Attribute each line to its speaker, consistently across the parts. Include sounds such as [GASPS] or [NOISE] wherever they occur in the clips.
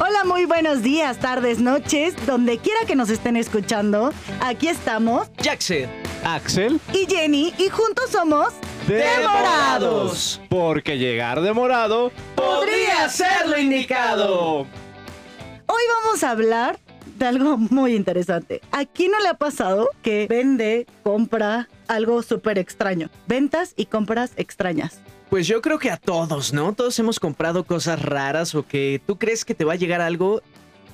Speaker 1: Hola, muy buenos días, tardes, noches, donde quiera que nos estén escuchando. Aquí estamos
Speaker 2: Jackson.
Speaker 3: Axel,
Speaker 1: y Jenny y juntos somos
Speaker 2: Demorados.
Speaker 3: porque llegar demorado
Speaker 2: Podría ser lo indicado.
Speaker 1: Hoy vamos a hablar de algo muy interesante. Aquí no le ha pasado que vende, compra algo súper extraño? Ventas y compras extrañas.
Speaker 2: Pues yo creo que a todos, ¿no? Todos hemos comprado cosas raras o que tú crees que te va a llegar algo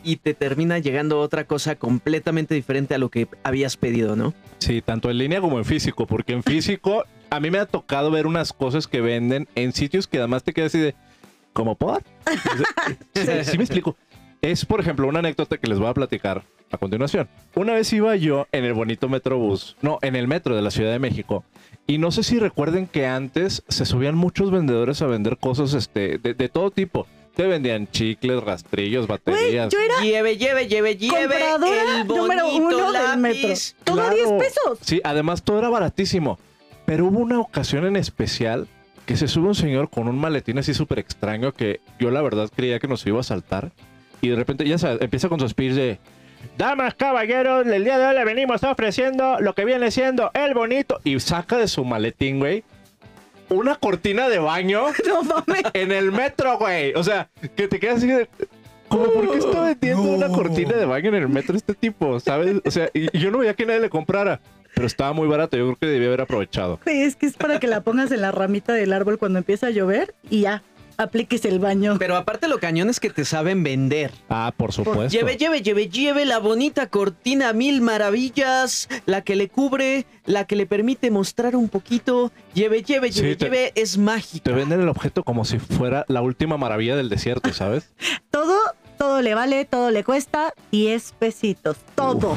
Speaker 2: y te termina llegando otra cosa completamente diferente a lo que habías pedido, ¿no?
Speaker 3: Sí, tanto en línea como en físico, porque en físico a mí me ha tocado ver unas cosas que venden en sitios que además te quedas así de, ¿cómo
Speaker 1: [LAUGHS]
Speaker 3: por? Sí, sí me explico. Es, por ejemplo, una anécdota que les voy a platicar a continuación. Una vez iba yo en el bonito Metrobús, no, en el metro de la Ciudad de México, y no sé si recuerden que antes se subían muchos vendedores a vender cosas este, de, de todo tipo. Te vendían chicles, rastrillos,
Speaker 1: Güey,
Speaker 3: baterías.
Speaker 1: yo era
Speaker 2: Lleve, lleve, lleve, lleve.
Speaker 1: compradora
Speaker 2: El
Speaker 1: número uno
Speaker 2: bonito
Speaker 1: del metro.
Speaker 2: lápiz.
Speaker 1: Todo a
Speaker 3: Claro.
Speaker 1: 10 pesos. [LAUGHS]
Speaker 3: Sí, además todo era baratísimo. Pero hubo una ocasión en especial que se sube un señor con un maletín así súper extraño que yo la verdad creía que nos iba a saltar. Y de repente, ya sabes, empieza con su speech de... Damas, caballeros, el día de hoy le venimos ofreciendo lo que viene siendo el bonito. Y saca de su maletín, güey, una cortina de baño
Speaker 1: No mames.
Speaker 3: en el metro, güey. O sea, que te quedas así de. Como, ¿por qué está vendiendo una cortina de baño en el metro este tipo? ¿Sabes? O sea, y y yo no veía que nadie le comprara. Pero estaba muy barato. Yo creo que debía haber aprovechado.
Speaker 1: Güey, Es que es para que la pongas en la ramita del árbol cuando empieza a llover y ya, apliques el baño.
Speaker 2: Pero aparte lo cañón es que te saben vender.
Speaker 3: Ah, por supuesto.
Speaker 2: Lleve, lleve, lleve, lleve la bonita cortina mil maravillas, la que le cubre, la que le permite mostrar un poquito. Lleve, lleve,
Speaker 3: Sí,
Speaker 2: lleve,
Speaker 3: te-
Speaker 2: lleve, es mágico.
Speaker 3: Te venden el objeto como si fuera la última maravilla del
Speaker 2: [LAUGHS]
Speaker 3: desierto, ¿sabes?
Speaker 1: Todo, todo le vale, todo le cuesta 10 pesitos. Todo.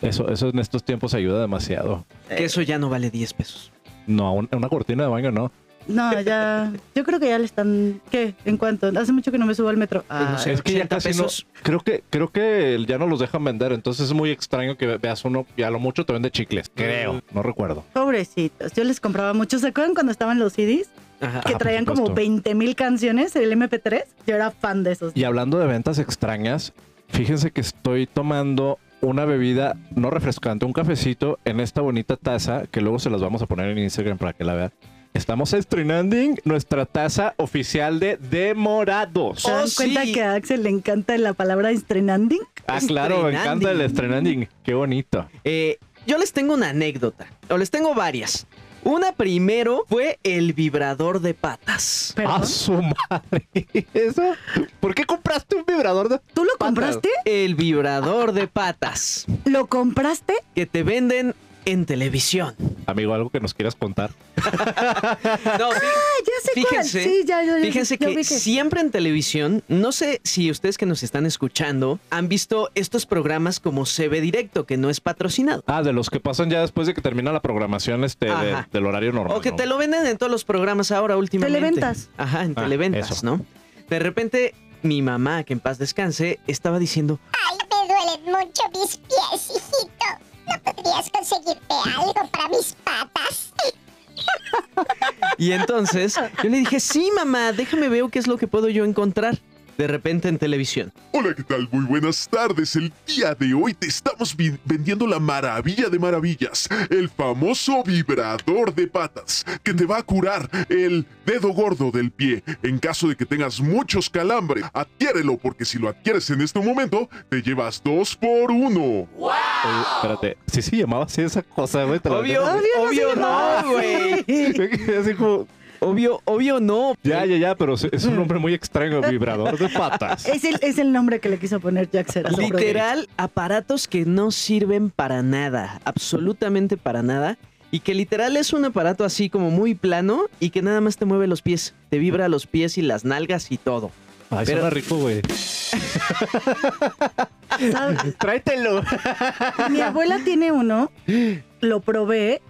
Speaker 3: Eso, eso en estos tiempos ayuda demasiado.
Speaker 2: Que eso ya no vale 10 pesos.
Speaker 3: No, un- una cortina de baño no.
Speaker 1: No, ya. Yo creo que ya le están. ¿Qué? ¿En cuánto? Hace mucho que no me subo al metro.
Speaker 2: Pues no sé.
Speaker 1: Ay,
Speaker 3: Es que ya
Speaker 2: 80
Speaker 3: casi no-
Speaker 2: pesos.
Speaker 3: Creo que, creo que ya no los dejan vender. Entonces es muy extraño que ve- veas uno y a lo mucho te vende chicles. Creo. No recuerdo.
Speaker 1: Pobrecitos. Yo les compraba mucho. ¿Se acuerdan cuando estaban los CDs?
Speaker 2: Ajá.
Speaker 1: Que
Speaker 3: por
Speaker 1: traían como
Speaker 3: supuesto.
Speaker 1: 20 mil canciones el MP3. Yo era fan de esos.
Speaker 3: Y hablando de ventas extrañas, fíjense que estoy tomando una bebida no refrescante, un cafecito en esta bonita taza que luego se las vamos a poner en Instagram para que la vean. Estamos estrenando nuestra taza oficial de Demorados.
Speaker 1: ¿Se dan
Speaker 2: Oh, sí.
Speaker 1: cuenta que a Axel le encanta la palabra estrenanding?
Speaker 3: Ah, claro, me encanta el estrenanding. Qué bonito.
Speaker 2: Eh, yo les tengo una anécdota, o les tengo varias. Una primero fue el vibrador de patas.
Speaker 1: Perdón.
Speaker 3: ¡A Ah, su madre! [LAUGHS] ¿Eso? ¿Por qué compraste un vibrador de
Speaker 1: ¿Tú lo compraste?
Speaker 2: El vibrador de patas
Speaker 1: ¿Lo compraste?
Speaker 2: que te venden en televisión.
Speaker 3: Amigo, algo que nos quieras contar.
Speaker 2: No, fí-
Speaker 1: [LAUGHS] Ah, ya sé
Speaker 2: Fíjense,
Speaker 1: cuál. Sí, ya, ya, ya,
Speaker 2: Fíjense
Speaker 1: ya
Speaker 2: que,
Speaker 1: ubiqué.
Speaker 2: siempre en televisión, no sé si ustedes que nos están escuchando han visto estos programas como CB Directo, que no es patrocinado.
Speaker 3: Ah, de los que pasan ya después de que termina la programación este, de-
Speaker 2: Ajá.
Speaker 3: del horario normal.
Speaker 2: O que
Speaker 3: ¿no?
Speaker 2: te lo venden en todos los programas ahora últimamente.
Speaker 1: Televentas.
Speaker 2: Ajá, en
Speaker 3: Ah,
Speaker 2: televentas,
Speaker 3: eso.
Speaker 2: ¿no? De repente, mi mamá, que en paz descanse, estaba diciendo,
Speaker 4: Ay, me duelen mucho mis pies, hijito. ¿No podrías conseguirte algo para mis patas?
Speaker 2: y entonces yo le dije, sí, mamá, déjame ver qué es lo que puedo yo encontrar. De repente en televisión.
Speaker 5: Hola, ¿qué tal? Muy buenas tardes. El día de hoy te estamos vi- vendiendo la maravilla de maravillas, el famoso vibrador de patas, que te va a curar el dedo gordo del pie en caso de que tengas muchos calambres. Adquiérelo porque si lo adquieres en este momento, te llevas dos por uno.
Speaker 3: Oye, espérate, sí se llamaba así esa cosa, güey. Te la
Speaker 2: Obvio,
Speaker 3: vendían
Speaker 2: obvio
Speaker 1: llamaba
Speaker 2: no, güey.
Speaker 3: así. Me quedé [LAUGHS] así como,
Speaker 2: Obvio, obvio no.
Speaker 3: ya, ya, ya, pero es- es
Speaker 2: Mm.
Speaker 3: un nombre muy extraño, vibrador de patas.
Speaker 1: Es el, es el nombre que le quiso poner Jack Serra.
Speaker 2: Literal, aparatos que no sirven para nada, absolutamente para nada. Y que literal es un aparato así como muy plano y que nada más te mueve los pies, te vibra los pies y las nalgas y todo.
Speaker 3: Ay,
Speaker 2: Pero-
Speaker 3: Ah, suena rico, güey.
Speaker 1: ¿Sabes?
Speaker 3: Tráetelo.
Speaker 1: [LAUGHS] Mi abuela tiene uno, lo probé,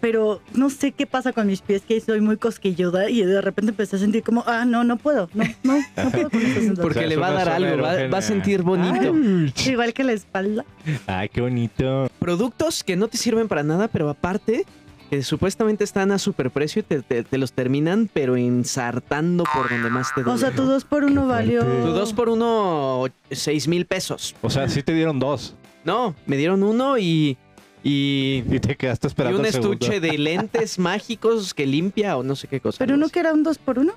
Speaker 1: pero no sé qué pasa con mis pies, que soy muy cosquilluda y de repente empecé a sentir como, ah, no, no puedo, no, no, no puedo
Speaker 2: [LAUGHS]
Speaker 1: con esa sensación.
Speaker 2: Porque
Speaker 3: sea,
Speaker 2: le
Speaker 3: es
Speaker 2: va a
Speaker 3: una
Speaker 2: dar
Speaker 3: zona
Speaker 2: algo, va,
Speaker 3: erógena.
Speaker 2: va a sentir bonito.
Speaker 1: Ah. Igual que la espalda.
Speaker 3: Ay, qué bonito.
Speaker 2: Productos que no te sirven para nada, pero aparte que supuestamente están a superprecio y te, te- te los terminan, pero ensartando por donde más te duele.
Speaker 1: O sea, tu 2 por 1
Speaker 3: Qué
Speaker 1: valió.
Speaker 3: fuerte.
Speaker 2: Tu dos por uno, seis mil pesos.
Speaker 3: O sea, sí te dieron dos
Speaker 2: No, me dieron uno y. Y,
Speaker 3: y te quedaste
Speaker 2: y
Speaker 3: esperando
Speaker 2: un
Speaker 3: el segundo.
Speaker 2: estuche [LAUGHS] de lentes mágicos que limpia o no sé qué cosa.
Speaker 1: Pero no que era un 2 por 1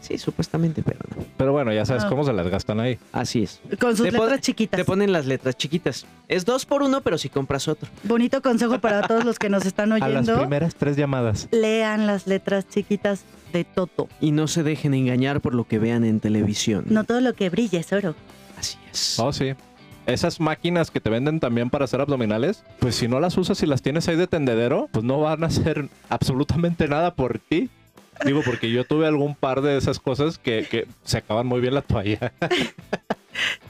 Speaker 2: Sí, supuestamente, pero no.
Speaker 3: Pero bueno, ya sabes
Speaker 1: Ah.
Speaker 3: cómo se las gastan ahí.
Speaker 2: Así es.
Speaker 1: con sus
Speaker 2: Te pon-
Speaker 1: letras chiquitas.
Speaker 2: Te ponen las letras chiquitas. Es dos por uno, pero si compras otro.
Speaker 1: Bonito consejo para todos los que nos
Speaker 2: [LAUGHS]
Speaker 1: están
Speaker 3: A las
Speaker 1: oyendo.
Speaker 3: primeras tres llamadas.
Speaker 1: Lean las letras chiquitas de Toto.
Speaker 2: Y no se dejen engañar por lo que vean en televisión.
Speaker 1: No todo lo que brilla es oro.
Speaker 2: Así es.
Speaker 3: Oh, sí. Esas máquinas que te venden también para hacer abdominales, pues si no las usas y las tienes ahí de tendedero, pues no van a hacer absolutamente nada por ti. Digo, porque yo tuve algún par de esas cosas que, que se acaban muy bien la toalla.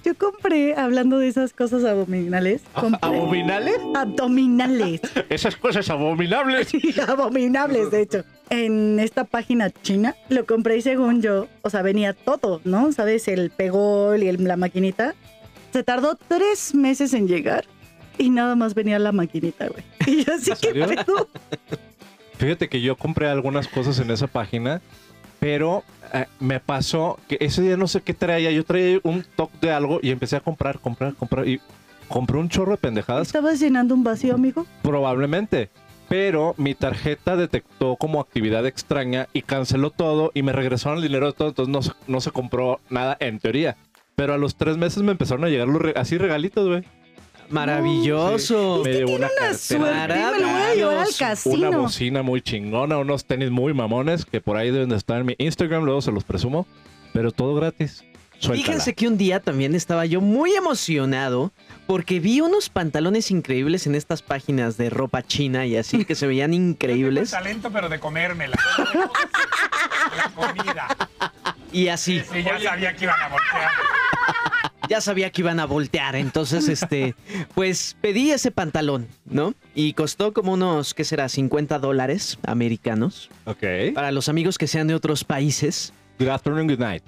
Speaker 1: Yo compré, hablando de esas cosas abominales,
Speaker 2: Ah,
Speaker 1: compré
Speaker 3: ¿Abominales?
Speaker 1: abdominales.
Speaker 3: Esas cosas abominables.
Speaker 1: Sí, [LAUGHS] abominables, de hecho. En esta página china lo compré y según yo, o sea, venía todo, ¿no? ¿Sabes? El pegol y el- la maquinita. Se tardó tres meses en llegar y nada más venía la maquinita, güey. Y yo así que
Speaker 3: serio?
Speaker 1: pedo.
Speaker 3: Fíjate que yo compré algunas cosas en esa página, pero eh, me pasó que ese día no sé qué traía. Yo traía un toque de algo y empecé a comprar, comprar, comprar. Y compré un chorro de pendejadas
Speaker 1: ¿Estabas llenando un vacío, amigo?
Speaker 3: Probablemente. Pero mi tarjeta detectó como actividad extraña y canceló todo y me regresaron el dinero de todo, entonces no se, no se compró nada en teoría. Pero a los tres meses me empezaron a llegar los re- así regalitos, güey.
Speaker 2: Maravilloso.
Speaker 3: Me llevó una
Speaker 1: Una
Speaker 3: cartera,
Speaker 1: suerte, me lo voy a llevar al
Speaker 2: Maravilloso.
Speaker 3: una
Speaker 1: casino.
Speaker 3: bocina muy chingona, unos tenis muy mamones que por ahí deben de estar en mi Instagram, luego se los presumo, pero todo gratis. Suéltala.
Speaker 2: Fíjense que un día también estaba yo muy emocionado porque vi unos pantalones increíbles en estas páginas de ropa china y así que se veían
Speaker 6: El [LAUGHS]
Speaker 2: increíbles.
Speaker 6: talento, pero de comérmela. La comida.
Speaker 2: Y así,
Speaker 6: Sí, ya sabía que iban a voltear.
Speaker 2: ya sabía que iban a voltear. Entonces, este, pues pedí ese pantalón, ¿no? Y costó como unos, ¿qué será? 50 dólares americanos.
Speaker 3: Ok.
Speaker 2: Para los amigos que sean de otros países.
Speaker 3: Good afternoon, good night.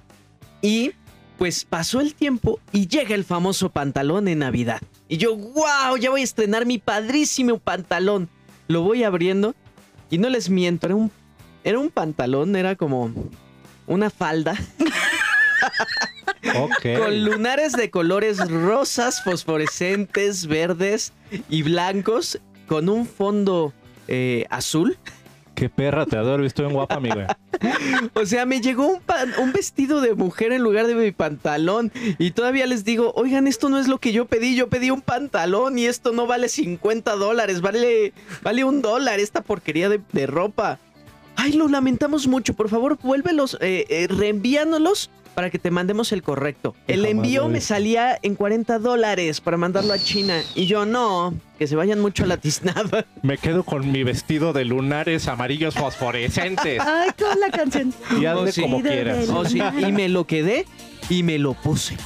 Speaker 2: Y pues pasó el tiempo y llega el famoso pantalón en Navidad. Y yo, wow, ya voy a estrenar mi padrísimo pantalón. Lo voy abriendo y no les miento, era un, era un pantalón, era como una falda con
Speaker 3: Ok.
Speaker 2: lunares de colores rosas, fosforescentes, verdes y blancos, con un fondo eh, azul.
Speaker 3: Qué perra, te adoro, estoy bien guapa, amiga.
Speaker 2: O sea, me llegó un, pan- un vestido de mujer en lugar de mi pantalón. Y todavía les digo, oigan, esto no es lo que yo pedí. Yo pedí un pantalón y esto no vale 50 dólares. Vale, vale un dólar esta porquería de, de ropa. Ay, lo lamentamos mucho. Por favor, vuélvelos, eh, eh, reenvíanos para que te mandemos el correcto.
Speaker 3: Que
Speaker 2: El
Speaker 3: jamás
Speaker 2: envío
Speaker 3: lo
Speaker 2: me
Speaker 3: hice.
Speaker 2: salía en 40 dólares para mandarlo a China. Y yo, no, que se vayan mucho a la tiznada.
Speaker 3: Me quedo con mi vestido de lunares
Speaker 1: [LAUGHS]
Speaker 3: amarillos fosforescentes.
Speaker 1: Ay, con la canción.
Speaker 3: [LAUGHS] Y hazle
Speaker 2: Oh, sí.
Speaker 3: como
Speaker 1: Líder
Speaker 3: quieras.
Speaker 1: del-
Speaker 2: Oh, sí, y me lo quedé y me lo puse.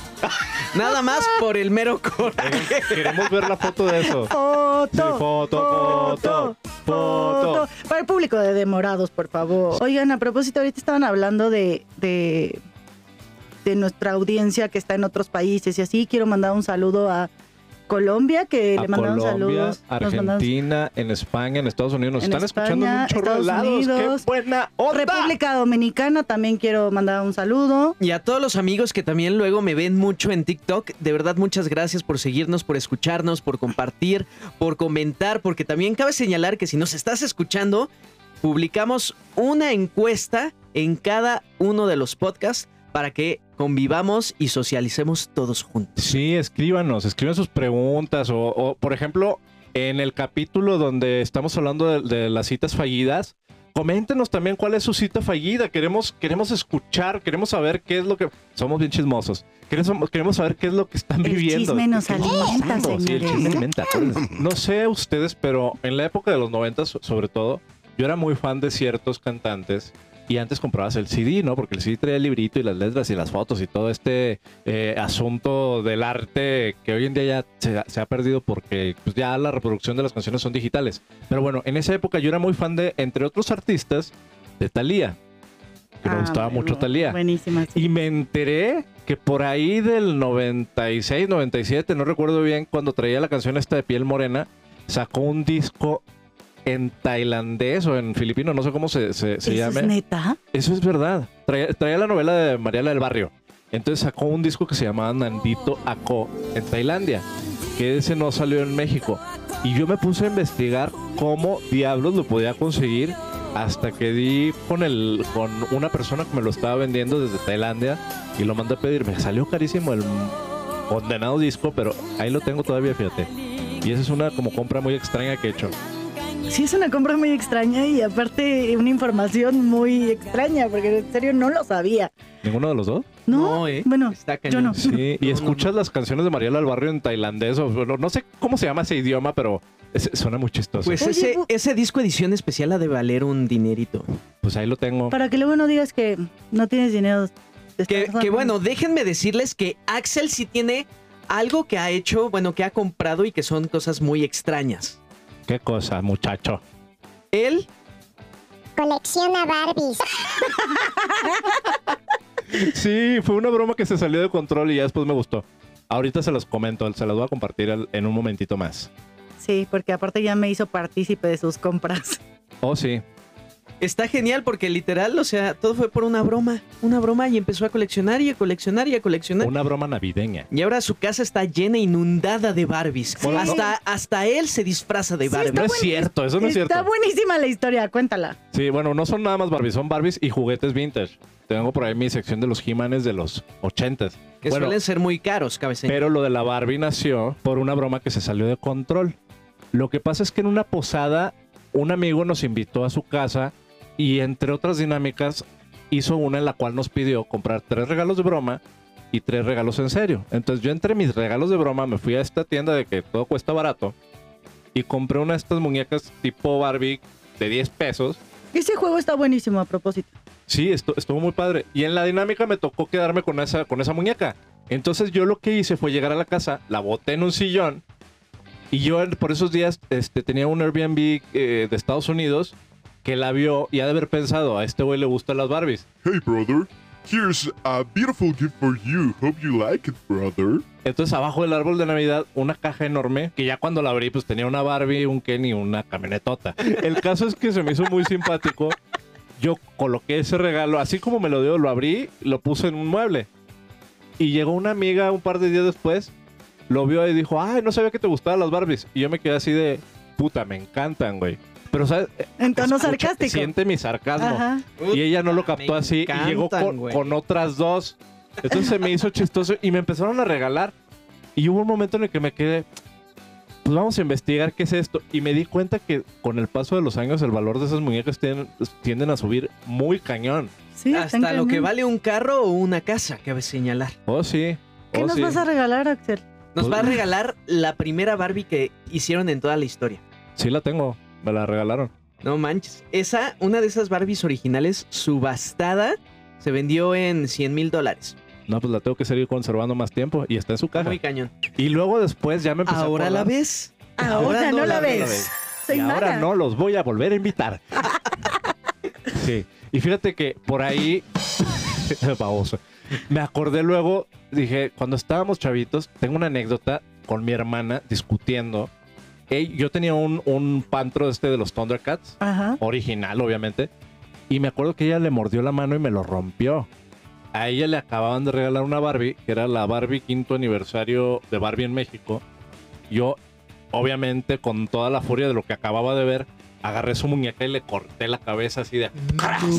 Speaker 2: Nada más por el mero coraje.
Speaker 3: Queremos ver la foto de eso.
Speaker 1: Foto,
Speaker 3: Sí, foto, foto, foto.
Speaker 1: Para el público de Demorados, por favor. Oigan, a propósito, ahorita estaban hablando de, de, de nuestra audiencia que está en otros países y así. Quiero mandar un saludo a Colombia, que
Speaker 3: A
Speaker 1: le mandaron
Speaker 3: Colombia,
Speaker 1: saludos. Nos mandaron-
Speaker 3: Argentina, en España, en Estados Unidos. Nos
Speaker 1: En
Speaker 3: están escuchando en un
Speaker 1: España,
Speaker 3: chorro de
Speaker 1: Estados
Speaker 3: lados. ¡Qué
Speaker 1: Unidos,
Speaker 3: buena onda!
Speaker 1: República Dominicana también quiero mandar un saludo.
Speaker 2: Y a todos los amigos que también luego me ven mucho en TikTok, de verdad muchas gracias por seguirnos, por escucharnos, por compartir, por comentar, porque también cabe señalar que si nos estás escuchando, publicamos una encuesta en cada uno de los podcasts para que convivamos y socialicemos todos juntos.
Speaker 3: [LAUGHS] Sí, escríbanos, escriban sus preguntas. O, o, por ejemplo, en el capítulo donde estamos hablando de, de las citas fallidas, coméntenos también cuál es su cita fallida. Queremos, queremos escuchar, queremos saber qué es lo que. Somos bien chismosos. Queremos, queremos saber qué es lo que están
Speaker 1: El
Speaker 3: viviendo.
Speaker 1: chisme nos
Speaker 3: ¿Qué
Speaker 1: alimenta,
Speaker 3: están viviendo? Sí, el
Speaker 1: señores.
Speaker 3: chisme alimenta, acuérdense. No sé ustedes, pero en la época de los 90, so- sobre todo, yo era muy fan de ciertos cantantes. Y antes comprabas el CD, ¿no? Porque el CD traía el librito y las letras y las fotos y todo este eh, asunto del arte que hoy en día ya se, ha- se ha perdido porque pues, ya la reproducción de las canciones son digitales. Pero bueno, en esa época yo era muy fan de, entre otros artistas, de Thalía. Que me
Speaker 1: Ah,
Speaker 3: gustaba
Speaker 1: bueno,
Speaker 3: mucho Thalía.
Speaker 1: Buenísima. sí.
Speaker 3: Y me enteré que por ahí del 96, 97, no recuerdo bien, cuando traía la canción esta de Piel Morena, sacó un disco en tailandés o en filipino, no sé cómo se, se,
Speaker 1: ¿Eso
Speaker 3: se llame.
Speaker 1: es neta?
Speaker 3: Eso es verdad. Traía, traía la novela de Mariela del Barrio. Entonces sacó un disco que se llamaba Nandito Ako en Tailandia, que ese no salió en México. Y yo me puse a investigar cómo diablos lo podía conseguir hasta que di con, el, con una persona que me lo estaba vendiendo desde Tailandia y lo mandé a pedir. Me salió carísimo el condenado disco, pero ahí lo tengo todavía, fíjate. Y esa es una como compra muy extraña que he hecho.
Speaker 1: Sí, es una compra muy extraña y aparte una información muy extraña, porque en serio no lo sabía.
Speaker 3: ¿Ninguno de los dos?
Speaker 1: No,
Speaker 2: ¿eh?
Speaker 1: bueno,
Speaker 2: Está
Speaker 1: yo no.
Speaker 2: cañón. [LAUGHS]
Speaker 3: Sí,
Speaker 2: No,
Speaker 3: y
Speaker 2: no,
Speaker 3: escuchas las canciones de Mariela del Barrio en tailandés, o bueno, no sé cómo se llama ese idioma, pero es- suena muy chistoso.
Speaker 2: Pues
Speaker 3: Pues,
Speaker 1: Oye,
Speaker 2: ese,
Speaker 1: bu-
Speaker 2: ese disco edición especial ha de valer un dinerito.
Speaker 3: Pues ahí lo tengo.
Speaker 1: para que luego no digas que no tienes dinero. te
Speaker 2: Que,
Speaker 1: estás
Speaker 2: que bueno, déjenme decirles que Axel sí tiene algo que ha hecho, bueno, que ha comprado y que son cosas muy extrañas.
Speaker 3: Qué cosa, muchacho.
Speaker 2: Él,
Speaker 4: Colecciona Barbies.
Speaker 3: Sí, fue una broma que se salió de control y ya después me gustó. Ahorita se los comento, se las voy a compartir al- en un momentito más.
Speaker 1: Sí, porque aparte ya me hizo partícipe de sus
Speaker 3: [LAUGHS]
Speaker 1: compras.
Speaker 3: Oh, sí.
Speaker 2: Está genial porque literal, o sea, todo fue por una broma, una broma y empezó a coleccionar y a coleccionar y a coleccionar.
Speaker 3: Una broma navideña.
Speaker 2: Y ahora su casa está llena, inundada de Barbies.
Speaker 3: Bueno, no-
Speaker 2: hasta, hasta él se disfraza de
Speaker 1: Sí,
Speaker 2: Barbie.
Speaker 3: No es cierto, eso no es
Speaker 1: Está
Speaker 3: cierto.
Speaker 1: buenísima la historia, cuéntala.
Speaker 3: Sí, bueno, no son nada más Barbies, son Barbies y juguetes vintage. Tengo por ahí mi sección de los He-Manes de los 80s.
Speaker 2: que
Speaker 3: Bueno,
Speaker 2: suelen ser muy caros, cabeceña.
Speaker 3: Pero lo de la Barbie nació por una broma que se salió de control. Lo que pasa es que en una posada, un amigo nos invitó a su casa y entre otras dinámicas hizo una en la cual nos pidió comprar tres regalos de broma y tres regalos en serio. Entonces yo entre mis regalos de broma me fui a esta tienda de que todo cuesta barato y compré una de estas muñecas tipo Barbie de 10 pesos
Speaker 1: Ese juego está buenísimo a propósito.
Speaker 3: Sí, estu- estuvo muy padre. Y en la dinámica me tocó quedarme con esa, con esa muñeca. Entonces yo lo que hice fue llegar a la casa, la boté en un sillón. Y yo en- por esos días este, tenía un Airbnb eh, de Estados Unidos que la vio y ha de haber pensado, a este güey le gustan las Barbies.
Speaker 5: Hey, brother. Here's a beautiful gift for you. Hope you like it, brother.
Speaker 3: Entonces abajo del árbol de Navidad una caja enorme que ya cuando la abrí pues tenía una Barbie, un Ken y una camionetota. El caso es que se me hizo muy simpático. Yo coloqué ese regalo, así como me lo dio, lo abrí, lo puse en un mueble. Y llegó una amiga un par de días después, lo vio y dijo, ay, no sabía que te gustaban las Barbies. Y yo me quedé así de, puta, me encantan, güey. Pero, ¿sabes?
Speaker 1: En tono
Speaker 3: Pues Escucha,
Speaker 1: sarcástico.
Speaker 3: Siente mi sarcasmo.
Speaker 1: Ajá.
Speaker 3: Y ella no lo
Speaker 2: Me
Speaker 3: captó así y llegó
Speaker 2: encantan,
Speaker 3: con,
Speaker 2: güey.
Speaker 3: con otras dos. Entonces se me hizo chistoso y me empezaron a regalar. Y hubo un momento en el que me quedé, pues vamos a investigar qué es esto. Y me di cuenta que con el paso de los años el valor de esas muñecas tienden, tienden a subir muy cañón.
Speaker 1: Sí, está
Speaker 2: Hasta lo
Speaker 1: cañón.
Speaker 2: que vale un carro o una casa, cabe señalar.
Speaker 3: Oh, sí.
Speaker 1: ¿Qué
Speaker 3: Oh,
Speaker 1: nos
Speaker 3: sí.
Speaker 1: vas a regalar, Axel?
Speaker 2: Nos va a
Speaker 3: Pues-
Speaker 2: regalar la primera Barbie que hicieron en toda la historia.
Speaker 3: Sí la tengo. Me la regalaron.
Speaker 2: No manches. Esa, una de esas Barbies originales subastada, se vendió en 100 mil dólares.
Speaker 3: No, pues la tengo que seguir conservando más tiempo y está en su caja.
Speaker 2: Muy cañón.
Speaker 3: Y luego después ya me empecé a
Speaker 2: Ahora la
Speaker 3: acordar.
Speaker 2: ves.
Speaker 1: Ahora Ah, no la
Speaker 3: no la
Speaker 1: ves.
Speaker 3: ves.
Speaker 1: Soy
Speaker 3: y ahora
Speaker 1: mala.
Speaker 3: no los voy a volver a invitar. [LAUGHS] sí. Y fíjate que por ahí. [LAUGHS] Baboso. Me acordé luego, dije, cuando estábamos chavitos, tengo una anécdota con mi hermana discutiendo. Ey, yo tenía un, un pantro este de los Thundercats,
Speaker 1: Ajá.
Speaker 3: original, obviamente. Y me acuerdo que ella le mordió la mano y me lo rompió. A ella le acababan de regalar una Barbie, que era la Barbie quinto aniversario de Barbie en México. Yo, obviamente, con toda la furia de lo que acababa de ver, agarré su muñeca y le corté la cabeza así de...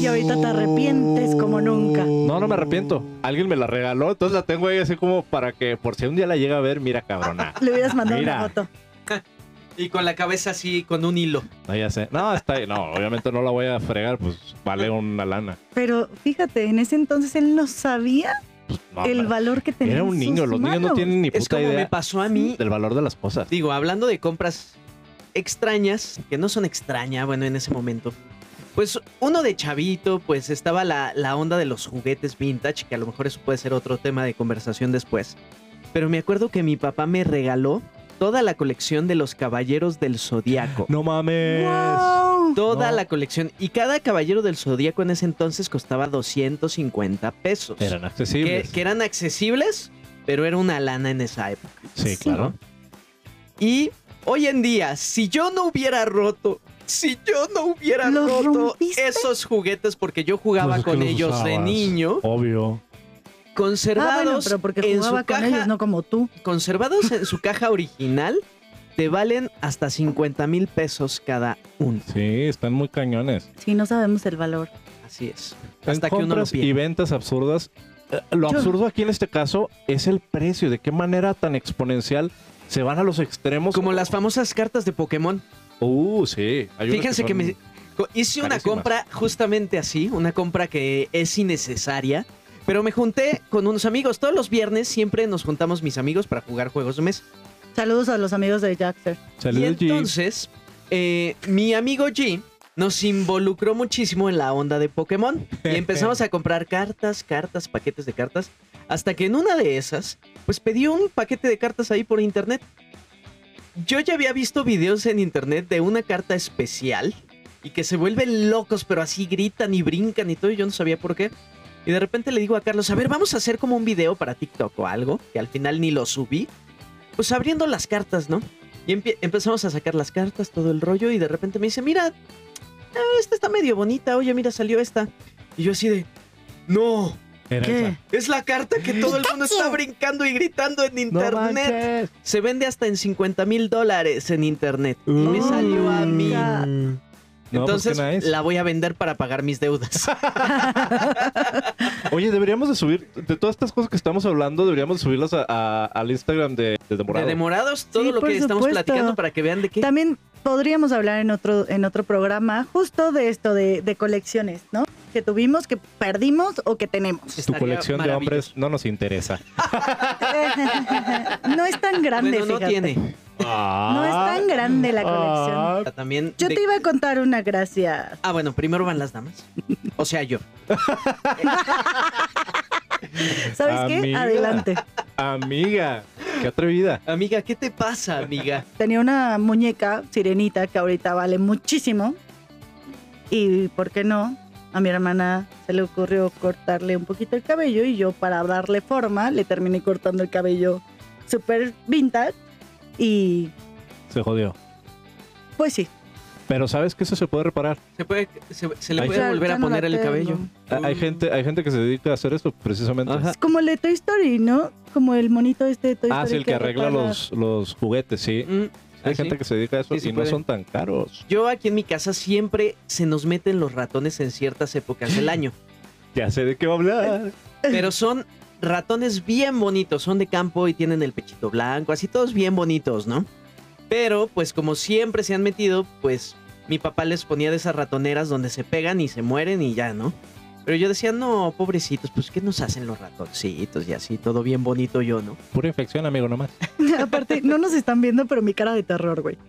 Speaker 1: Y ahorita te arrepientes como nunca.
Speaker 3: No, no me arrepiento. Alguien me la regaló, entonces la tengo ahí así como para que por si un día la llega a ver, mira cabrona.
Speaker 1: Le hubieras mandado
Speaker 3: Mira.
Speaker 1: una foto.
Speaker 2: Y con la cabeza así, con un hilo.
Speaker 3: No, ya sé. No, está ahí. No, obviamente no la voy a fregar, pues vale una lana.
Speaker 1: Pero fíjate, en ese entonces él no sabía
Speaker 3: Pues, No,
Speaker 1: el
Speaker 3: no.
Speaker 1: valor que tenía.
Speaker 3: Era
Speaker 1: en
Speaker 3: un niño,
Speaker 1: sus
Speaker 3: los niños no
Speaker 1: manos.
Speaker 3: tienen ni
Speaker 2: Es
Speaker 3: puta
Speaker 2: como me
Speaker 3: idea
Speaker 2: pasó a mí.
Speaker 3: del valor de las cosas.
Speaker 2: Digo, hablando de compras extrañas, que no son extrañas, bueno, en ese momento. Pues uno de chavito, pues estaba la, la onda de los juguetes vintage, que a lo mejor eso puede ser otro tema de conversación después. Pero me acuerdo que mi papá me regaló toda la colección de los Caballeros del Zodíaco.
Speaker 3: [GASPS] No mames.
Speaker 1: ¡Wow!
Speaker 2: Toda
Speaker 3: No.
Speaker 2: la colección. Y cada Caballero del Zodíaco en ese entonces costaba 250 pesos.
Speaker 3: Eran
Speaker 2: que,
Speaker 3: accesibles.
Speaker 2: que eran accesibles, pero era una lana en esa época.
Speaker 3: Sí, claro.
Speaker 2: Y hoy en día, si yo no hubiera roto si yo no hubiera
Speaker 1: ¿Los
Speaker 2: roto
Speaker 1: rompiste?
Speaker 2: esos juguetes porque yo jugaba
Speaker 3: Pues es que
Speaker 2: con
Speaker 3: los
Speaker 2: ellos de
Speaker 3: usabas.
Speaker 2: niño,
Speaker 3: Obvio.
Speaker 1: Ah,
Speaker 2: conservados
Speaker 1: bueno, pero porque
Speaker 2: en
Speaker 1: jugaba
Speaker 2: su
Speaker 1: con
Speaker 2: caja,
Speaker 1: ellos, no como tú.
Speaker 2: conservados en su caja original, te valen hasta 50 mil pesos cada uno.
Speaker 3: Sí, están muy cañones.
Speaker 1: Sí, no sabemos el valor.
Speaker 2: Así es.
Speaker 3: En
Speaker 2: Hasta que uno lo
Speaker 3: compras y
Speaker 2: pide.
Speaker 3: ventas absurdas. Eh, Lo
Speaker 1: Yo-
Speaker 3: absurdo aquí en este caso es el precio. De qué manera tan exponencial se van a los extremos.
Speaker 2: Como las famosas cartas de Pokémon.
Speaker 3: Uh, sí. Hay unas
Speaker 2: Fíjense que,
Speaker 3: son-
Speaker 2: me co- hice una
Speaker 3: carísimas.
Speaker 2: compra justamente así, una compra que es innecesaria, pero me junté con unos amigos. Todos los viernes siempre nos juntamos mis amigos para jugar juegos de mesa.
Speaker 1: Saludos a los amigos de Jackster.
Speaker 3: Saludos,
Speaker 2: y
Speaker 3: G.
Speaker 2: entonces, eh, mi amigo G nos involucró muchísimo en la onda de Pokémon y empezamos a comprar cartas, cartas, paquetes de cartas, hasta que en una de esas, pues pedí un paquete de cartas ahí por internet. Yo ya había visto videos en internet de una carta especial y que se vuelven locos, pero así gritan y brincan y todo, y yo no sabía por qué. Y de repente le digo a Carlos, a ver, vamos a hacer como un video para TikTok o algo, que al final ni lo subí. Pues abriendo las cartas, ¿no? Y empie- empezamos a sacar las cartas, todo el rollo, y de repente me dice, mira, ah, esta está medio bonita, oye, mira, salió esta. Y yo así de, no,
Speaker 3: Era
Speaker 1: ¿Qué?
Speaker 3: esa.
Speaker 2: es la carta que todo el mundo está brincando y gritando en internet. Se vende hasta en 50 mil dólares en internet. Y me
Speaker 1: Uh.
Speaker 2: salió a mí.
Speaker 1: Nunca.
Speaker 3: No, pues,
Speaker 2: Entonces
Speaker 3: ¿qué nada es?
Speaker 2: la voy a vender para pagar
Speaker 1: [LAUGHS]
Speaker 2: mis deudas.
Speaker 3: Oye, deberíamos de subir, de todas estas cosas que estamos hablando, deberíamos de subirlas a- a- al Instagram de, de
Speaker 2: De
Speaker 3: Demorado.
Speaker 2: demorados, todo
Speaker 1: Sí,
Speaker 2: lo
Speaker 1: por
Speaker 2: que estamos
Speaker 1: supuesto.
Speaker 2: platicando para que vean de qué.
Speaker 1: También podríamos hablar en otro, en otro programa justo de esto, de, de colecciones, ¿no? Que tuvimos, que perdimos o que
Speaker 2: [LAUGHS]
Speaker 1: tenemos.
Speaker 3: tu
Speaker 2: estaría
Speaker 3: colección de
Speaker 2: maravilloso.
Speaker 3: hombres no nos interesa.
Speaker 1: no es tan grande,
Speaker 2: Bueno, no
Speaker 1: fíjate.
Speaker 2: tiene.
Speaker 1: No es
Speaker 3: Ah.
Speaker 1: tan grande la colección.
Speaker 2: También.
Speaker 1: Yo
Speaker 2: de-
Speaker 1: te iba a contar una gracia.
Speaker 2: Ah, bueno, primero van las damas. O sea, yo.
Speaker 1: ¿Sabes qué?
Speaker 3: Amiga.
Speaker 1: Adelante.
Speaker 3: Amiga, qué atrevida.
Speaker 2: Amiga, ¿qué te pasa, amiga?
Speaker 1: Tenía una muñeca sirenita que ahorita vale muchísimo. Y por qué no, a mi hermana se le ocurrió cortarle un poquito el cabello y yo para darle forma le terminé cortando el cabello súper vintage. Y
Speaker 3: Se jodió.
Speaker 1: pues sí.
Speaker 3: Pero sabes que eso se puede reparar.
Speaker 2: Se, puede, se, se le
Speaker 3: Ay.
Speaker 2: puede
Speaker 1: Ya-
Speaker 2: volver
Speaker 1: ya
Speaker 2: a
Speaker 1: no la
Speaker 2: poner el
Speaker 1: tengo.
Speaker 2: cabello.
Speaker 3: A- Ah, Hay gente, hay gente que se dedica a hacer eso precisamente.
Speaker 2: Ajá.
Speaker 1: Es como el de Toy Story, ¿no? Como el monito este de Toy Story.
Speaker 3: Ah, sí, el que arregla los, los juguetes, sí.
Speaker 2: Mm,
Speaker 3: Hay
Speaker 2: así.
Speaker 3: gente que se dedica a eso
Speaker 2: Sí, sí
Speaker 3: y no
Speaker 2: puede.
Speaker 3: son tan caros.
Speaker 2: Yo aquí en mi casa siempre se nos meten los ratones en ciertas épocas del
Speaker 1: [LAUGHS]
Speaker 2: año.
Speaker 3: Ya sé de qué va a hablar.
Speaker 2: Pero son ratones bien bonitos, son de campo y tienen el pechito blanco, así todos bien bonitos, ¿no? Pero pues como siempre se han metido, pues mi papá les ponía de esas ratoneras donde se pegan y se mueren y ya, ¿no? Pero yo decía, no, pobrecitos, pues ¿qué nos hacen los ratoncitos? Y así, todo bien bonito yo, ¿no?
Speaker 3: Pura infección, amigo, nomás.
Speaker 1: [LAUGHS] Aparte, no nos están viendo, pero mi cara de terror, güey.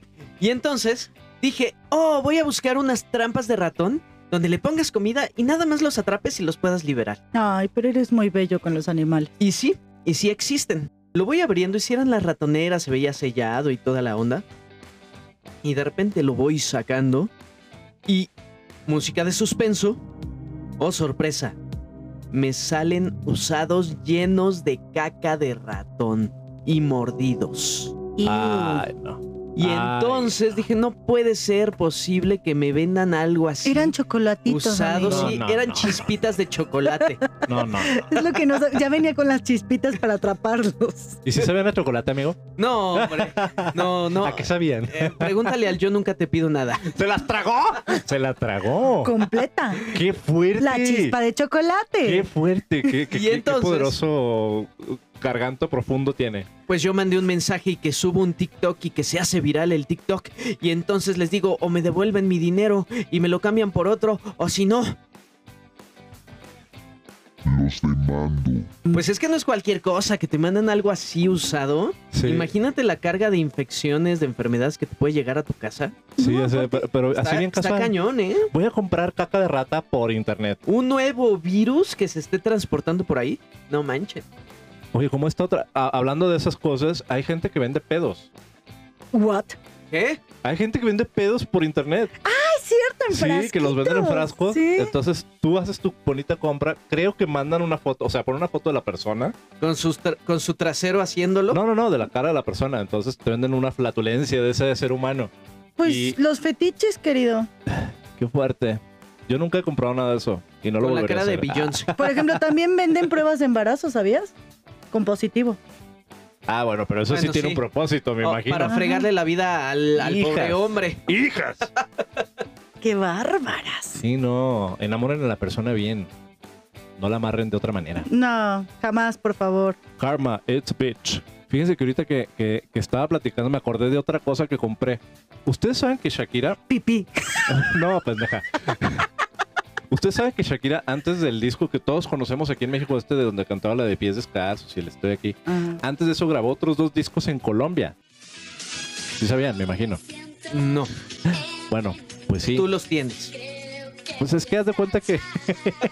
Speaker 2: Y entonces dije, oh, voy a buscar unas trampas de ratón donde le pongas comida y nada más los atrapes y los puedas liberar.
Speaker 1: Ay, pero eres muy bello con los animales.
Speaker 2: Y sí, y sí existen. Lo voy abriendo y si eran las ratoneras, se veía sellado y toda la onda. Y de repente lo voy sacando. Y música de suspenso. Oh, sorpresa. Me salen usados llenos de caca de ratón y mordidos.
Speaker 1: Y-
Speaker 3: Ay, no.
Speaker 2: Y
Speaker 3: Ay,
Speaker 2: entonces
Speaker 3: no.
Speaker 2: dije, no puede ser posible que me vendan algo así.
Speaker 1: Eran chocolatitos.
Speaker 2: usados
Speaker 1: amigo.
Speaker 2: y
Speaker 3: No, no,
Speaker 2: eran
Speaker 3: no.
Speaker 2: chispitas de
Speaker 3: [LAUGHS]
Speaker 2: chocolate.
Speaker 3: No, no.
Speaker 1: Es lo que no sab- Ya venía con las chispitas para atraparlos.
Speaker 3: ¿Y si sabían a chocolate, amigo?
Speaker 2: No, hombre. No, no.
Speaker 3: ¿A qué sabían?
Speaker 2: Eh, pregúntale al yo nunca te pido nada.
Speaker 3: ¿Se las tragó? Se la tragó. [LAUGHS]
Speaker 1: Completa.
Speaker 3: ¡Qué fuerte!
Speaker 1: La chispa de
Speaker 3: ¡Qué
Speaker 1: chocolate.
Speaker 3: fuerte! ¡Qué, qué-
Speaker 2: Y
Speaker 3: qué- qué
Speaker 2: entonces-
Speaker 3: poderoso garganto profundo tiene!
Speaker 2: Pues yo mandé un mensaje y que subo un TikTok y que se hace viral el TikTok y entonces les digo o me devuelven mi dinero y me lo cambian por otro o si no.
Speaker 5: Los demando.
Speaker 2: Pues es que no es cualquier cosa que te mandan algo así usado.
Speaker 3: Sí,
Speaker 2: Imagínate la carga de infecciones, de enfermedades que te puede llegar a tu casa.
Speaker 3: sí, ya sé, pero, pero así
Speaker 2: está,
Speaker 3: bien
Speaker 2: está
Speaker 3: casual.
Speaker 2: cañón, ¿eh?
Speaker 3: Voy a comprar caca de rata por internet.
Speaker 2: Un nuevo virus que se esté transportando por ahí. No manches.
Speaker 3: Oye, ¿cómo está otra? a- hablando de esas cosas, hay gente que vende pedos.
Speaker 1: What?
Speaker 2: ¿Qué?
Speaker 3: Hay gente que vende pedos por internet.
Speaker 1: Es cierto, en
Speaker 3: Sí, que los venden en
Speaker 1: frasquitos,
Speaker 3: frascos.
Speaker 1: Sí.
Speaker 3: Entonces tú haces tu bonita compra. Creo que mandan una foto, o sea, ponen una foto de la persona.
Speaker 2: ¿Con, sus tra- con su trasero haciéndolo?
Speaker 3: No, no, no, de la cara de la persona. Entonces te venden una flatulencia de ese ser humano.
Speaker 1: Pues
Speaker 3: Y-
Speaker 1: los fetiches, querido.
Speaker 3: Qué fuerte. Yo nunca he comprado nada de eso y no lo
Speaker 2: Con la
Speaker 3: volveré a
Speaker 2: cara de
Speaker 3: hacer.
Speaker 2: Beyoncé.
Speaker 1: Por ejemplo, también venden pruebas de embarazo, ¿sabías? Con positivo.
Speaker 3: Ah, bueno, pero eso sí
Speaker 2: Bueno,
Speaker 3: tiene
Speaker 2: sí.
Speaker 3: un propósito, me
Speaker 2: O-
Speaker 3: imagino.
Speaker 2: Oh, Para fregarle la vida al, al
Speaker 3: Hijas.
Speaker 2: pobre hombre.
Speaker 3: ¡Hijas!
Speaker 1: ¡Qué bárbaras!
Speaker 3: Sí, no. Enamoren a la persona bien. No la amarren de otra manera.
Speaker 1: No, jamás, por favor.
Speaker 3: Karma, it's a bitch. Fíjense que ahorita que, que- que estaba platicando me acordé de otra cosa que compré. Ustedes saben que Shakira. [LAUGHS]
Speaker 1: Pipí.
Speaker 3: No, pendeja. Ustedes saben que Shakira, antes del disco que todos conocemos aquí en México, este de donde cantaba la de pies descalzos y el estoy aquí,
Speaker 1: Ah.
Speaker 3: antes de eso grabó otros dos discos en Colombia. Sí sabían, me imagino.
Speaker 2: No,
Speaker 3: Bueno, pues sí.
Speaker 2: tú los tienes.
Speaker 3: Pues es que haz de cuenta que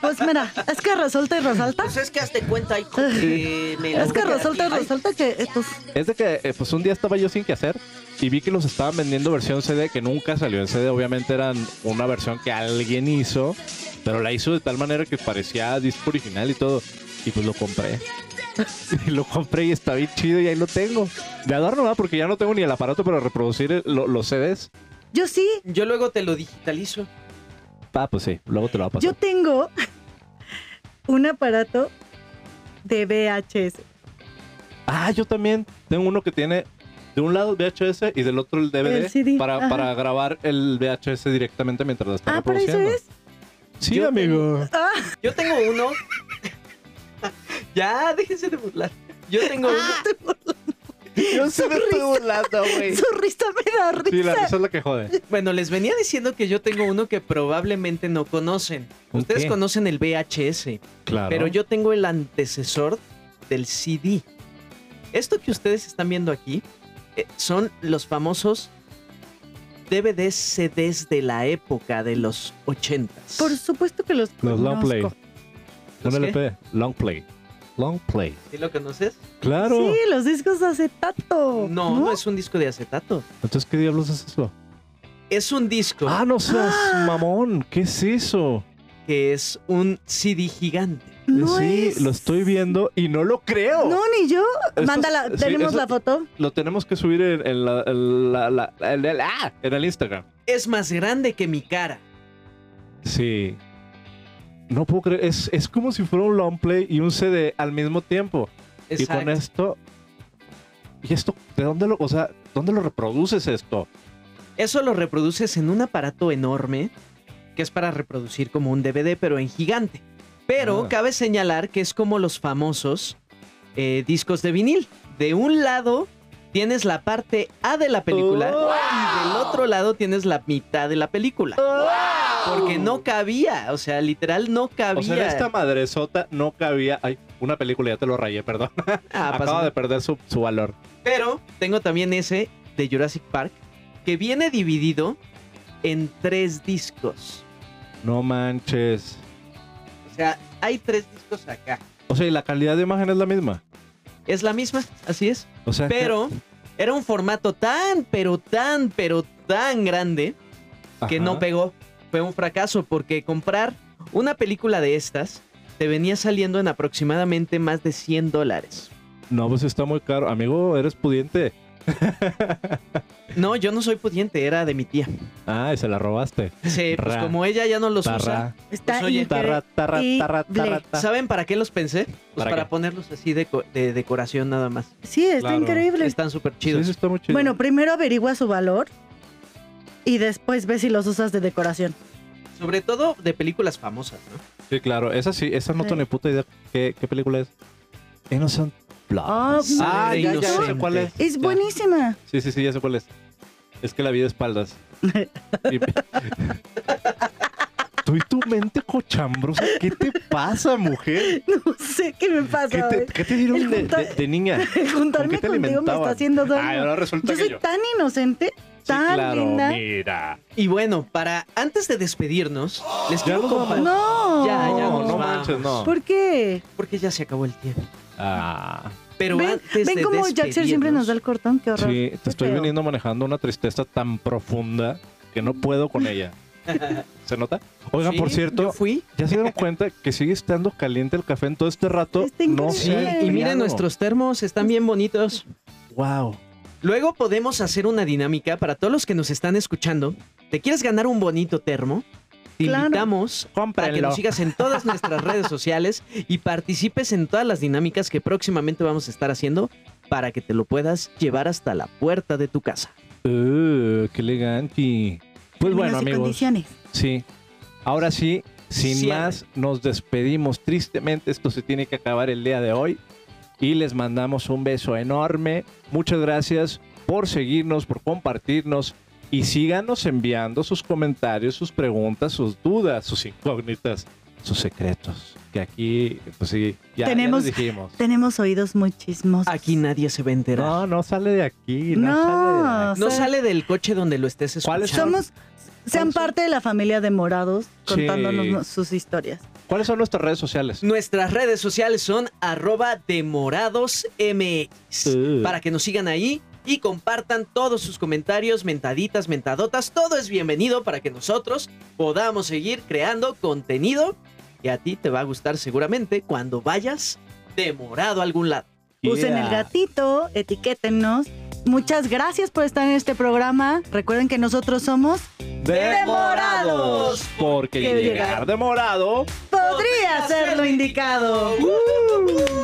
Speaker 1: Pues mira, es que resulta y resalta.
Speaker 7: Pues es que hazte cuenta, hijo, que me la
Speaker 1: Es que
Speaker 7: voy a-
Speaker 1: resulta y
Speaker 7: Ay,
Speaker 1: resalta que estos.
Speaker 3: es de que eh, pues un día estaba yo sin que hacer y vi que los estaban vendiendo versión CD que nunca salió en CD. Obviamente eran una versión que alguien hizo, pero la hizo de tal manera que parecía disco original y todo. Y pues lo compré. [LAUGHS] Y lo compré y está bien chido y ahí lo tengo. De adorno, ¿verdad? Porque ya no tengo ni el aparato para reproducir el- lo- los CDs.
Speaker 1: Yo sí,
Speaker 2: Yo luego te lo digitalizo.
Speaker 3: Ah, pues sí, luego te lo va a pasar.
Speaker 1: yo tengo [LAUGHS] un aparato de VHS.
Speaker 3: Ah, yo también tengo uno que tiene de un lado el VHS y del otro el DVD
Speaker 1: El CD,
Speaker 3: para,
Speaker 1: ajá.
Speaker 3: para grabar el VHS directamente mientras lo están
Speaker 1: Ah, ¿para eso
Speaker 3: reproduciendo.
Speaker 1: es?
Speaker 3: Sí,
Speaker 2: Yo
Speaker 3: amigo.
Speaker 2: Yo tengo uno. [LAUGHS] ya, déjense de burlar. Yo tengo uno.
Speaker 3: Yo sí me estoy burlando, güey.
Speaker 1: Su risa me da risa.
Speaker 3: Sí, la risa es la que jode.
Speaker 2: Bueno, les venía diciendo que yo tengo uno que probablemente no conocen.
Speaker 3: ¿Un
Speaker 2: Ustedes
Speaker 3: qué?
Speaker 2: conocen el VHS,
Speaker 3: Claro.
Speaker 2: pero yo tengo el antecesor del CD. Esto que ustedes están viendo aquí eh, son los famosos DVDs CDs de la época de los 80.
Speaker 1: Por supuesto que los.
Speaker 3: Los long
Speaker 1: conozco.
Speaker 3: play.
Speaker 2: ¿Los
Speaker 3: Un
Speaker 2: qué?
Speaker 3: LP. Long play. Long play.
Speaker 2: ¿Sí lo conoces?
Speaker 3: Claro.
Speaker 1: Sí, los discos de acetato.
Speaker 2: No, no, es un disco de acetato.
Speaker 3: Entonces, ¿qué diablos es eso?
Speaker 2: Es un disco
Speaker 3: Ah, no
Speaker 1: [GASPS]
Speaker 3: seas mamón. ¿Qué es eso? Eh,
Speaker 2: que es un CD gigante.
Speaker 1: No
Speaker 3: sí,
Speaker 1: es-
Speaker 3: lo estoy viendo y no lo creo.
Speaker 1: No, ni yo.
Speaker 3: Eso-
Speaker 1: Mándala,
Speaker 3: sí,
Speaker 1: tenemos
Speaker 3: eso-
Speaker 1: la foto.
Speaker 3: Lo tenemos que subir en, en la, en la- la- la- en el, ah, en el Instagram.
Speaker 2: Es más grande que mi cara.
Speaker 3: Sí. No puedo creer. Es, es como si fuera un long play y un CD al mismo tiempo. Y con
Speaker 2: Exacto.
Speaker 3: esto. ¿Y esto? ¿De dónde lo.? O sea, ¿dónde lo reproduces esto?
Speaker 2: Eso lo reproduces en un aparato enorme que es para reproducir como un DVD, pero en gigante. Pero
Speaker 3: Ah.
Speaker 2: cabe señalar que es como los famosos eh, discos de vinil. De un lado tienes la parte A de la película
Speaker 3: Oh.
Speaker 2: y del otro lado tienes la mitad de la película. Porque no cabía, o sea, literal no cabía.
Speaker 3: Oh. O sea, en esta madresota no cabía. Ay, una película, ya te lo rayé, perdón.
Speaker 2: Ah, pasa
Speaker 3: Acaba de perder su, su valor.
Speaker 2: Pero tengo también ese de Jurassic Park que viene dividido en tres discos.
Speaker 3: No manches.
Speaker 2: O sea, hay tres discos acá.
Speaker 3: O sea, y la calidad de imagen es la misma.
Speaker 2: Es la misma, así es.
Speaker 3: O sea, que-
Speaker 2: Pero era un formato tan, pero tan, pero tan grande que
Speaker 3: Ajá.
Speaker 2: no pegó. Fue un fracaso porque comprar una película de estas te venía saliendo en aproximadamente más de 100 dólares.
Speaker 3: No, pues está muy caro. Amigo, eres pudiente.
Speaker 2: No, yo no soy pudiente, era de mi tía.
Speaker 3: Ah, y se la robaste.
Speaker 2: Sí, pues
Speaker 3: Ra,
Speaker 2: como ella ya no los usa,
Speaker 3: Tarra,
Speaker 1: Está
Speaker 2: Pues, oye,
Speaker 1: incre-
Speaker 3: tarra, tarra,
Speaker 1: y
Speaker 3: tarra, tarra,
Speaker 1: Blake.
Speaker 3: tarra.
Speaker 2: ¿Saben para qué los pensé? Pues
Speaker 3: ¿Para
Speaker 2: para,
Speaker 3: qué?
Speaker 2: ponerlos así de, co- de decoración nada más.
Speaker 1: Sí, está
Speaker 3: Claro.
Speaker 1: increíble.
Speaker 2: Están súper
Speaker 3: Sí,
Speaker 2: chidos.
Speaker 3: eso está muy chido.
Speaker 1: Bueno, primero averigua su valor y después ve si los usas de decoración.
Speaker 2: Sobre todo de películas famosas, ¿no?
Speaker 3: Sí, claro. Esa sí, esa no
Speaker 1: Sí.
Speaker 3: tengo ni puta idea qué, qué película es. Innocent Blood.
Speaker 1: Ah,
Speaker 3: ah,
Speaker 2: Sangre
Speaker 3: ya, ya, ya sé
Speaker 2: inocente.
Speaker 3: cuál es.
Speaker 1: Es
Speaker 3: Ya.
Speaker 1: buenísima. [LAUGHS]
Speaker 3: Sí, sí, sí, ya sé cuál es. Es que la vida espaldas. Y- [LAUGHS] Tú y tu mente cochambrosa, ¿qué te pasa, mujer?
Speaker 1: [LAUGHS] No sé qué me
Speaker 3: ¿Qué
Speaker 1: pasa.
Speaker 3: te,
Speaker 1: güey.
Speaker 3: qué te dieron
Speaker 1: El
Speaker 3: de,
Speaker 1: junta-
Speaker 3: de- de niña?
Speaker 1: El juntarme
Speaker 3: te
Speaker 1: contigo me
Speaker 3: alimentaban?
Speaker 1: está haciendo
Speaker 3: Ay,
Speaker 1: daño.
Speaker 3: ahora resulta
Speaker 1: Yo
Speaker 3: que
Speaker 1: soy
Speaker 3: yo.
Speaker 1: tan inocente,
Speaker 3: Sí,
Speaker 1: tan
Speaker 3: claro,
Speaker 1: linda.
Speaker 3: mira.
Speaker 2: Y bueno, para antes de despedirnos, les
Speaker 3: Ya
Speaker 2: quiero
Speaker 3: nos vamos.
Speaker 2: compartir.
Speaker 1: No.
Speaker 2: Ya, ya
Speaker 3: no,
Speaker 2: nos
Speaker 3: no
Speaker 2: vamos.
Speaker 3: manches, no.
Speaker 1: ¿Por qué?
Speaker 2: Porque ya se acabó el tiempo.
Speaker 3: Ah,
Speaker 2: Pero
Speaker 1: Ven,
Speaker 2: antes
Speaker 1: ven
Speaker 2: de
Speaker 1: cómo Jaxer siempre nos da el cortón, qué horror.
Speaker 3: sí, te estoy
Speaker 1: feo.
Speaker 3: viniendo manejando una tristeza tan profunda que no puedo
Speaker 1: [LAUGHS]
Speaker 3: con ella. ¿Se nota? Oigan,
Speaker 2: Sí,
Speaker 3: por
Speaker 2: yo
Speaker 3: cierto,
Speaker 2: fui.
Speaker 3: ya se dieron cuenta que sigue estando caliente el café en todo este rato.
Speaker 1: Está
Speaker 3: no
Speaker 1: increíble.
Speaker 3: se ha
Speaker 2: Y
Speaker 1: Sí,
Speaker 2: miren
Speaker 3: enfriado.
Speaker 2: nuestros termos, están bien bonitos.
Speaker 3: Wow.
Speaker 2: Luego podemos hacer una dinámica para todos los que nos están escuchando. ¿Te quieres ganar un bonito termo? Te
Speaker 1: Claro.
Speaker 2: invitamos para que
Speaker 3: Cómprenlo.
Speaker 2: nos sigas en todas nuestras
Speaker 3: [LAUGHS]
Speaker 2: redes sociales y participes en todas las dinámicas que próximamente vamos a estar haciendo para que te lo puedas llevar hasta la puerta de tu casa.
Speaker 3: Uh, qué elegante. Pues bueno,
Speaker 1: Términos y
Speaker 3: amigos.
Speaker 1: condiciones.
Speaker 3: Sí. Ahora sí, sin
Speaker 2: Cierre.
Speaker 3: más, nos despedimos. Tristemente, esto se tiene que acabar el día de hoy. Y les mandamos un beso enorme. Muchas gracias por seguirnos, por compartirnos. Y síganos enviando sus comentarios, sus preguntas, sus dudas, sus incógnitas, sus secretos. Que aquí, pues sí, ya, ya
Speaker 1: Tenemos-
Speaker 3: les dijimos.
Speaker 1: Tenemos oídos muy chismosos.
Speaker 2: Aquí nadie se va a enterar. No,
Speaker 3: No, no sale de aquí.
Speaker 1: No.
Speaker 3: No, sale de aquí.
Speaker 1: o sea-
Speaker 2: sale del coche donde lo estés escuchando.
Speaker 3: ¿Cuáles son?
Speaker 1: Somos, sean parte de la familia de Morados contándonos
Speaker 3: Sí.
Speaker 1: no- sus historias.
Speaker 3: ¿Cuáles son nuestras redes sociales?
Speaker 2: Nuestras redes sociales son arroba demoradosmx.
Speaker 3: Uh.
Speaker 2: Para que nos sigan ahí y compartan todos sus comentarios, mentaditas, mentadotas. Todo es bienvenido para que nosotros podamos seguir creando contenido que a ti te va a gustar seguramente cuando vayas demorado a algún lado.
Speaker 1: Usen el
Speaker 3: Yeah.
Speaker 1: gatito, etiquétennos. Muchas gracias por estar en este programa. Recuerden que nosotros somos
Speaker 2: Demorados.
Speaker 3: Porque
Speaker 1: Que
Speaker 3: llegar demorado
Speaker 1: Podría ser lo indicado.
Speaker 2: Uh.